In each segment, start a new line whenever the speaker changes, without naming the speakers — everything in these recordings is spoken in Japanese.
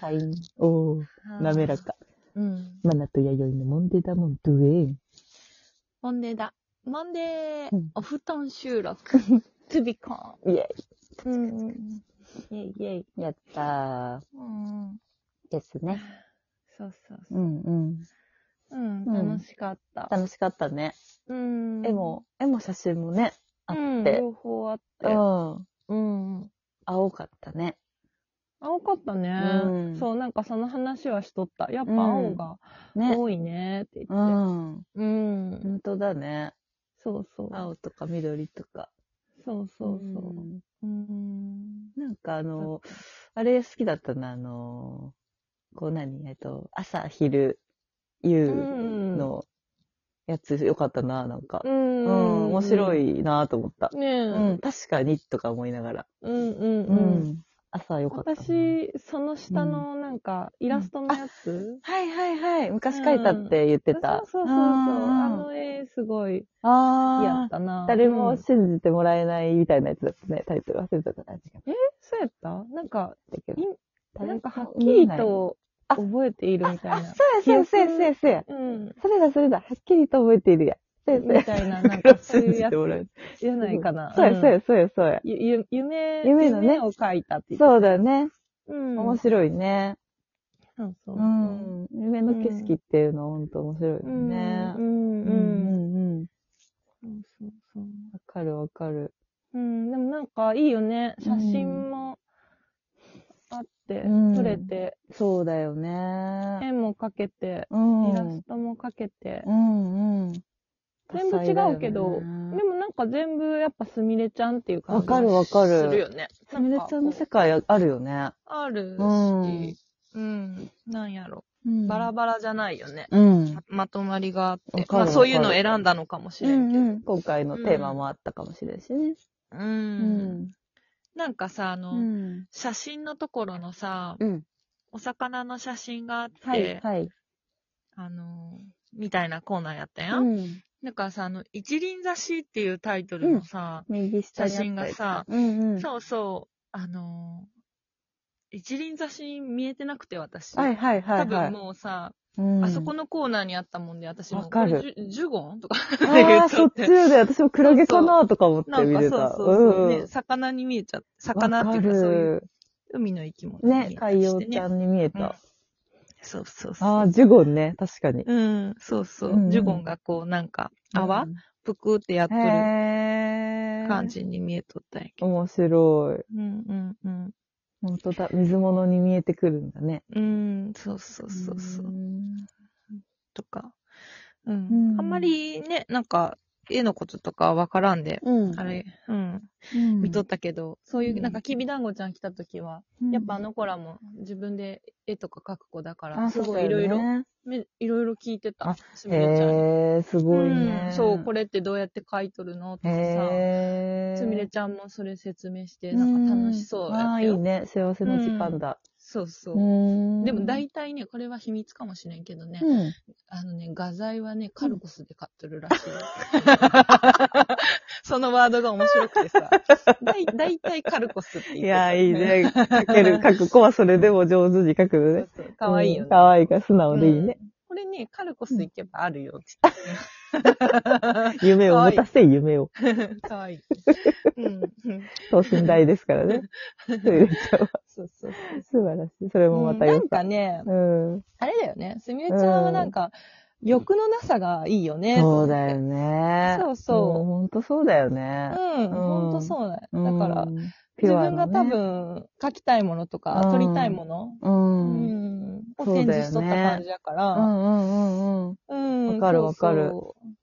会員。
おー、滑らか。
うん。
マナと弥生のモンデダモンドゥエン。
モンデーだ。モンデー
うん、
お布団収録。to be calm.
イェ
うん。
イ。イェイイェイ。やった
うん。
ー。ですね。
そうそうそうう。
んうん。
うん、
うん
楽しかった。
楽しかったね。
うん。
絵も、絵も写真もね、あっ
うん、
て。
両方あっ
う
て。
ん。
うん。
青かったね。
青かったね、
うん
そう、なんかその話はしとった。やっぱ
うん
青が
ね。
多いねって
う
言って。
ん。
うん。
本当だね。
そうそう。
青とか緑とか。
そうそうそう。
ん
うん。
なんかあの、あれ好きだったな、あの、こう何えっと、朝、昼、夕
うん
のやつよかったな、なんか
う。。
うんん、面白。いなと思った。
ねえ。
うん、確かにとか思いながら。
うんうん
う
うん。
ん。朝よかったな。
私、その下のなんか、イラストのやつ
はいはいはい。昔書いたって言ってた。
そうそうそうそう。あの絵、すごい好きや
あ
っ
あー、
たな。
誰
うん
も信じてもらえないみたいなやつだったね。タイトル忘れたから。違った
そうやったなんか、
け
い
ど。
なんかはっき
誰も見え
り
ない
と覚えているみたい
あ、
な。
そうや、そうや、そうや、そうや。
うん。
それだ、それだ。はっきりと覚えているや。そうや、そう
み
や。
たいな、なんかそういう
信
や
じてもらえ
つじゃないかな。
そうや、そう
うん
や、そうや、そうや。
ゆゆ夢、
夢のね
夢を書いたって言って
そうだね。
うん。
面白いね。
そうそう。
うん。夢の景色っていうのは本当面白いよ
うん。
ね
う。ん。
う
う
ん
ん。
うん。
そうそうそう。
わかるわかる。
うん。でもなんかいいよね。写真もあって
うん、
撮れて、
そうだよね。
絵も描けて、
うん。
イラストも描けて
う。んうん。
全部違うけど、
多彩だよね
でもなんか全部やっぱすみれちゃんっていう感
わ
じ
かるわか
する
る。
よね。
すみれちゃんの
な
世
かこ
界あるよね。
うある
うん
し、うん。なんやろ。
うん
バラバラじゃないよね。
うん。
まとまりがあっ
わ
て。
かる
まあそういうのを
わかる
選んだのかもし
う
れんけ
ん
ど。
うん今回のテーマもあったかもしれんしね。
う。
うん
なんかさ、あの、
うん。
写真のところのさ、
うん。
お魚の写真があって、
はい、はい。
あの、みたいなコーナーやったや。
うんん。
だからさ、あの、一輪挿しっていうタイトルのさ、
右下にあった
写真がさ
うんうん。
そうそう、あの、一輪挿し見えてなくて私。
はいはいはい、はい。
多分もう
う
さ、
ん
あそこのコーナーにあったもんで、私も
わかる
これジュジュゴンとか
あ
で言
ー
っちゃ
そ
っ
っち
て。
より私もクラゲかなとか思って
なん
見
か
て
そう
た。
そうそう、
ん
ね。魚に見えちゃって、魚っていうかそういう
わか
海の生き物
る
に見え
ね、
たり
海
し
洋
てね
ちゃんに見え
うん
た。
そうそうそう。
ああ、ジュゴンね、確かに。
うん、そうそう。
うんうん
ジュゴンがこう、なんか、泡、ぷくってやっ
う
と
ん
る
へえ。
感。じに見えとったんやけど。
面白い。
うんうんうん。
本当だ、水物に見えてくるんだね。
うん、そうそうそうそう。
ん
とか。うん。
うん
あんまりね、なんか、絵のこととかわからんで、
うん。
あれ、うん、
うん
見とったけど、そういうう、
ん
なんか、きびだんごちゃん来た時は、やっぱあの子らも自分で絵とか描く子だか
あ
ら、
ー、
す
そう
ご
だ
いい
よ
ろいろ、
ね。
めいろいろ聞いてた
あ。
すみれちゃんに。
へえ、すごいね。
うん、そう、こ
れ。
れってどうやって描いとるのとかさ。
へえ。
すみれちゃんもそれ説明して、なんか楽しそう
ああ
やっ
ー、
たよ
いいね。幸せの時間だ。
そうそうう。
ん
でも大体ね、これは秘密かもしれんけどね、
うん。
あのね、画材はね、カルコスで買ってるらしい。 そのワードが面白く てさ、だい大体カルコスって言ってた
いや、いい。ね。書ける、 書く子はそれでも上手に書くのね。
そうそうかわいいよね。
かわいいから素直でいいね。
うんこれね、カルコス行けばあるよって
夢を持たせ、夢を。
言って。 かわいい。うん。
等身大ですから ね。それちゃんは
そうそう。
素晴らしい。それもまた
な
よ
ん
か
かね、
うん。
あれだよね。すみれちゃんはなんか、欲のなさがいいよね。
そうだよね。
そうそう
もうほんとそうだよね。
うん、ほんとそうだ
う
よ。だ
ん
から、、
ピ
自
ュア
分
な
が
ね
多、分、書きたいものとか、
うん
撮りたいもの、
う。
うん
うん
ん、を
そう
展
だよね
示しとった感じだか
う
ら、
んうん
う
わ
ん。
かる
そうそう
わかる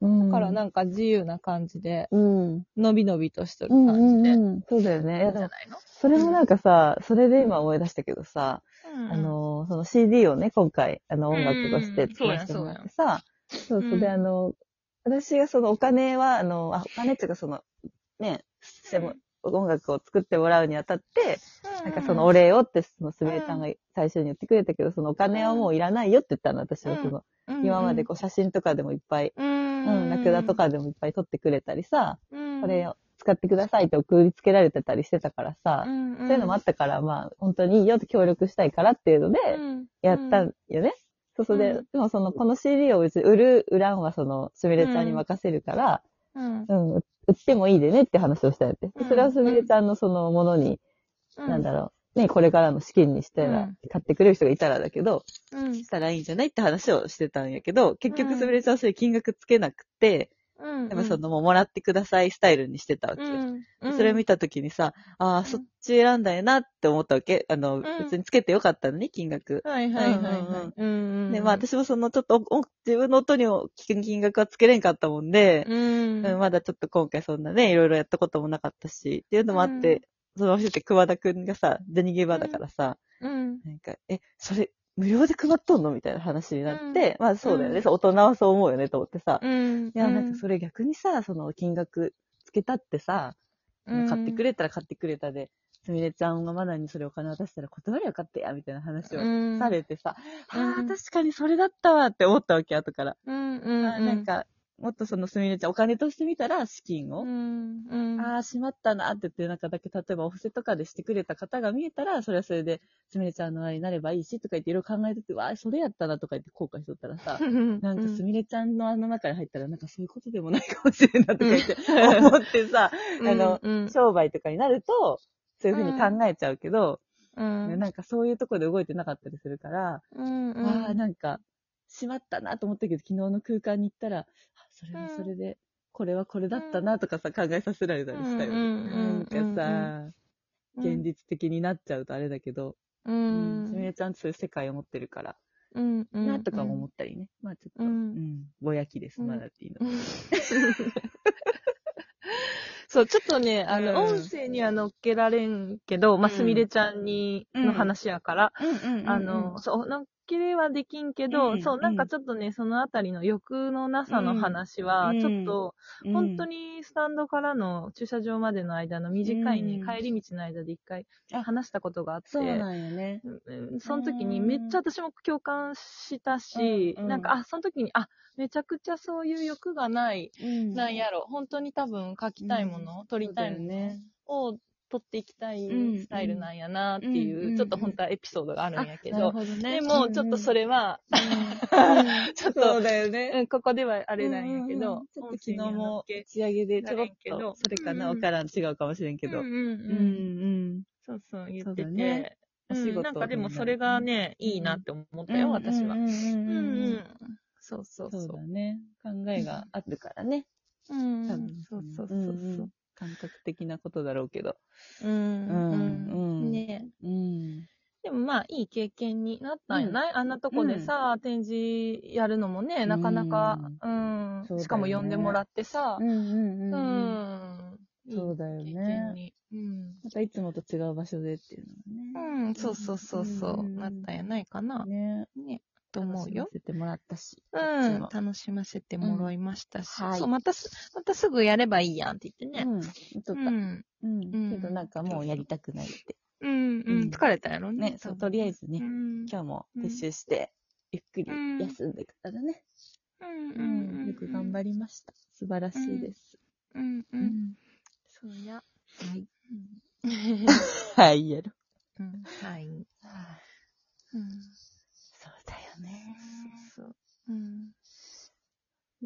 うん。
だからなん
か、
んか自由な感じで、
うん。
のびのびとしてる
うんう
感じ
ん
で。
うん。そうだよね。い
いい
や
んじ
で
ゃ
も、
ないの
それもなんかさ、それで今思い出したけどさ、
うん
あの、その CD をね、今回、あの、
うん
音楽として
そう
使
や
わせてもらってさ、そう
や
そう
うん
で、あの、私がそのお金は、あの、あ、お金っていうかその、ね、でも、音楽を作ってもらうにあたって、なんかそのお礼をって、そのすみれちゃんが最初に言ってくれたけど、そのお金はもういらないよって言ったの、私はその、今までこう写真とかでもいっぱぱい、
うん、
うん、ラクダとかでもいっぱい撮ってくれたりさ、
うん、
これを使ってくださいって送りつけられてたりしてたからさ、
ん
そういうのもあったから、まあ、本当にいいよって協力したいからっていうので、やったんよね。そうそうで、
うん
でもその、この CD を別に売る、売らんはその、すみれちゃんに任せるから、
うん。
うん、売ってもいいでねって話をしたんやって。でそれ
う
を
ん
すみれちゃんのそのものに、なんだ
ろ
ろう、ね、これからの資金にしたら、
うん
買ってくれる人がいたらだけど、
う。うん。
したらいいんじゃないって話をしてたんやけど、結
う
局
ん
すみれちゃんはそういう金額つけなくて、
うん。
やっぱその、もうもらってくださいスタイルにしてたわけ。
うん、う
で
ん。
それを見たときにさ、ああ、そっち選んだんやなって思ったわけ。あの、
ん
別につけてよかったのに、金額。
はいはいはいはい。うんうん。
で、まあ、私もその、ちょっとおお自分の音にも金額はつけれんかったもんで、
うん。
うんまだちょっと今回そんなね、いろいろやったこともなかったし、っていうのもあって、その人って桑田くんがさ、デニゲバーだからさ、
うん。
なんか、え、それ、無料で配っとんのみたいな話になって、まあそうだよね、
うん
そう大人はそう思うよねと思ってさ、
うん。
いや、なんかそれ逆にさ、その金額つけたってさ、
うん
買ってくれたら買ってくれたで、すみれちゃんがマナーにそれお金渡したら断りは買ってや、みたいな話を
うん
されてさ、
うん
ああ、確かにそれだったわって思ったわけ、後から。
うんう
あー
ん。
なん、か、もっとそのすみれちゃん、お金としてみたら資金
う
を、
ん。うん。
ああ、しまったなって言って、なんかだけ、例えばお布施とかでしてくれた方が見えたら、それはそれで、すみれちゃんのあれになればいいし、とか言っていろいろ考えてて、わあ、それやったなとか言って後悔しとったら さ、な
な
んかすみれちゃんのあの中に入ったら、なんかそういうことでもないかもしれんなとか 言って、思ってさ、あの
うん、
商売とかになると、そういうふうに考えちゃうけど、
うん
なんかそういうところで動いてなかったりするから、
うんうん
ああ、なんか、しまったなと思ったけど、昨日の空間に行ったら、あそれは
うん
それで、これはこれだったなとかさ、考えさせられたりしたよ
う
ね。
ん
なんか
うん
さ、現実的になっちゃうとあれだけど、
う
うんんすみれちゃんってそういう世界を持ってるから、
うんうん
なとかも思ったりね。まあちょっと、
う
うんん、ぼやきです、
うん
まだっていう
う
の。
ん そう、ちょっとね、あの、
うん
音声には乗っけられんけど、まあ、
うん
すみれちゃんに、
うん
の話やから、
うん
あの、、そう、乗っけれはできんけど、
うん
そう、なんかちょっとね、そのあたりの欲のなさの話は、
うん
ちょっと、本当
に、
にスタンドからの駐車場までの間の短いね、
うん
帰り道の間で一回
あ
話したことがあって、
そうなんよね。
うんその時にめっちゃ私も共感したし、
うんうん
なんか、あ、その時に、あ、めちゃくちゃそういう欲がない、
うん
なんやろ、本当に多分書きたいもの、撮りたいもの
ね。
を撮っていきたい
うん
スタイルなんやなっていう、
うん
ちょっと本当はエピソードがあるんやけ
なる
ど、
ほね
でもちょっとそ、れは、
うんうん
ちょっと
そうだよね。
うんここではあれなんやけど、
ちょっと昨日も
音声には乗っけ
打ち上げでちょろっ
けど
と、それかな、
うんう
わ
ん
からん、違うかもしれんけど。
う
うんん
うん
う
うん
ん。
そうそう、言
そ
っ
う
て
だ
て。
ね
う
お仕
ん、
事
なんかでも
になる
それがね、
うん
いいなって思ったよ、私は
う。んう
うん
んう
う
んうん
ん。そうそう
そう
そ
だね。考えがあるからね。
う。うん
多分。
そうそうそ
んん
う。
感覚的なことだろうけど。
そううん。
うんうん
ね
うん。
でもまあ、いい経験になったんやない、あんなとこでさ、展示やるのもね、なかなか、うん。
そうだよね
しかも呼んでもらってさ、
ん
う。
うんん。
いい
そうだよ
経験
ね。
に。うん。
またいつもと違う場所でっていうのはね。
うん、そうそうそうそうう、
ん
なったんやないかな。
ね。
ね、と思うよ
楽しま。せてもらったし。
う
こ
ん
っ、ちも
楽しませてもらいましたし、
うんはい
そう、またす、またすぐやればいいやんって言ってね。
うん。ちょっと
う、ん、
うん。
うん
けどなんかもうやりたくないって。
うん、うん
うん
疲れたやろね。
ね、そう、とりあえず
え
ね、
うん、
今日も撤収して、ゆっくり休んでからね、
うん、
う
うんん、うん、
よく頑張りました。素晴らしいです。
うん、う、
うん
そうや。
はい。
うん、
はい、やろ。
はい。うん、
そうだよね。
そうそう。うん、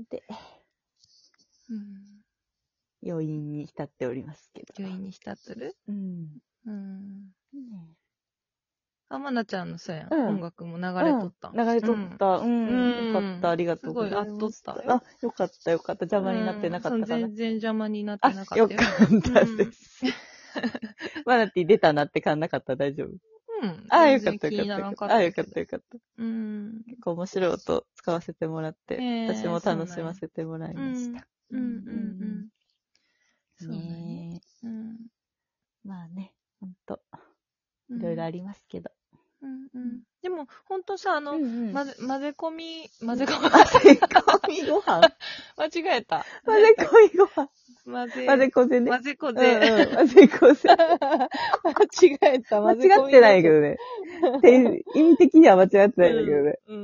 で、
うん。
余韻に浸っておりますけど。
余韻に浸っとる
うん。
うん。
ね
あ、まなちゃんのそうやん。
うん
音楽も流れとったん、
流れとった。うん。
うん
よかった。ありがとうございます。
すごいあっとった
あ、よかった、よかった。邪魔になってなかったか
うん
な
そう。全然邪魔になって
あ、
なかった
よかったです。 マナティ出たなって感なかった大丈夫。
うん。
あ、よかった
全然気にな
よ
ら
か
ん
っ。
かった
あ、
たけ
よ
ど。
かったよかった。
うん。
結構面白い音使わせてもらって、
ええ
私も楽しませてもらいました。
うんうんうん。
うん
そうだね。
ね
うん。
えまあね、ほんと、
うん
いろいろありますけど。
うんうん。でも、ほんとさ、あの、
ん
混
ぜ、
ぜ、混ぜ込み、混ぜ込み、
込みご飯
間違えた。
混ぜ込みご飯。
混ぜ、
混ぜこぜ ね。
混ぜこ
うんうん
ぜ。
混ぜこぜ。
間違え た、
間違ってないけ
ど。
どね。て意味的には間違ってないんだけどね。
うん。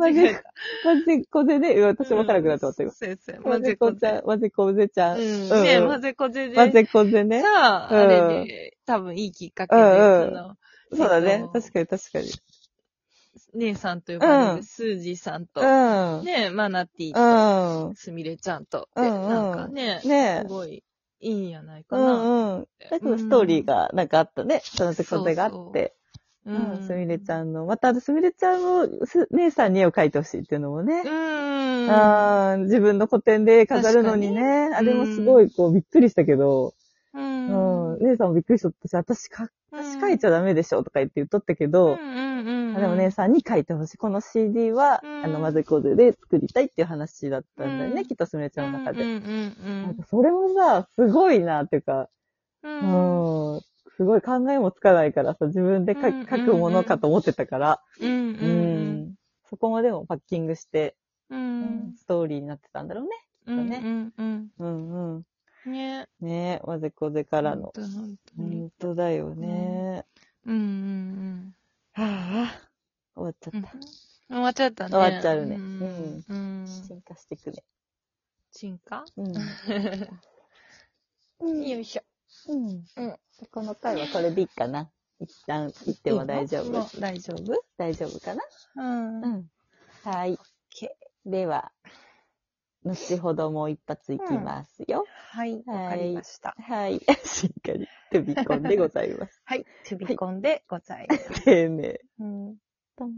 間違えた。
まぜこぜで、うわ私わからなくなってます、今。
そうそう。
ま
ま
ぜ
ぜ
こ
こ
ち
ぜ。
ゃん、まぜこぜちゃん。う
うん。
ん
ねまぜこぜで。
まぜこぜね
さ。あ、
うん
あれで、多分いいきっかけで、
うんうん
その、
そうだね。
えっと
確かに確かに。
姉さんと呼ばれ
うん
るスージーさんと、
うん。
ねマナティと、
う
すみれちゃんと、
う
で、
んうん
なんかね、
ん。ね
すごい、いいんやない
え。
か
う
な。
んうん。だけど
うん
ストーリーがなんかあったね。そのぜこぜがあ
そう
っ
そ
て。
う
うん、すみれち
ん。
ゃんの。また、あのすみれちゃんを、す姉さんに絵を描いてほしいっていうのもね
う。ん。
あー自分の個展で飾るのにね。あれもすごい、こう、びっくりしたけど、
う。
うんん、姉さんもびっくりしとったし、私か、私描いちゃダメでしょとか言って言っとったけ
うん
ど、
うんうん。
あでも姉さんに描いてほしい。この CD は、
うん
あの、まぜこぜで作りたいっていう話だったんだよね。
うん
きっとすみれちゃんの中で。
うんうん
なんかそれもさ、すごいな、っていうか、
うん
う
うん。
ん、すごい考えもつかないからさ、自分で描く描くものかと思ってたから、
うん
う
うん
んそこもでもパッキングして、
うん。うん
ストーリーになってたんだろうね。
うんうんうん
うんうん。
ね
ねえ、わぜこぜからの。
本当に。
本当だよね。
うんうん
はあ、終わっちゃ
うん。うん
っ
終わっちゃったね。
終わっちゃうね
うん。うん
た。。進化していくね。
進 化
うん。
よいしょ。
うん。うん。この回はこれでいいかな。一旦切っても大 丈
も
夫。
う大丈夫
大丈夫かな
うん
う。ん。はい。では、後ほどもう一発いきますよ。
はい、わかりました。
はい。 しっかり、飛び込んでございます。
はい、飛び込んでございます。
丁寧。
うん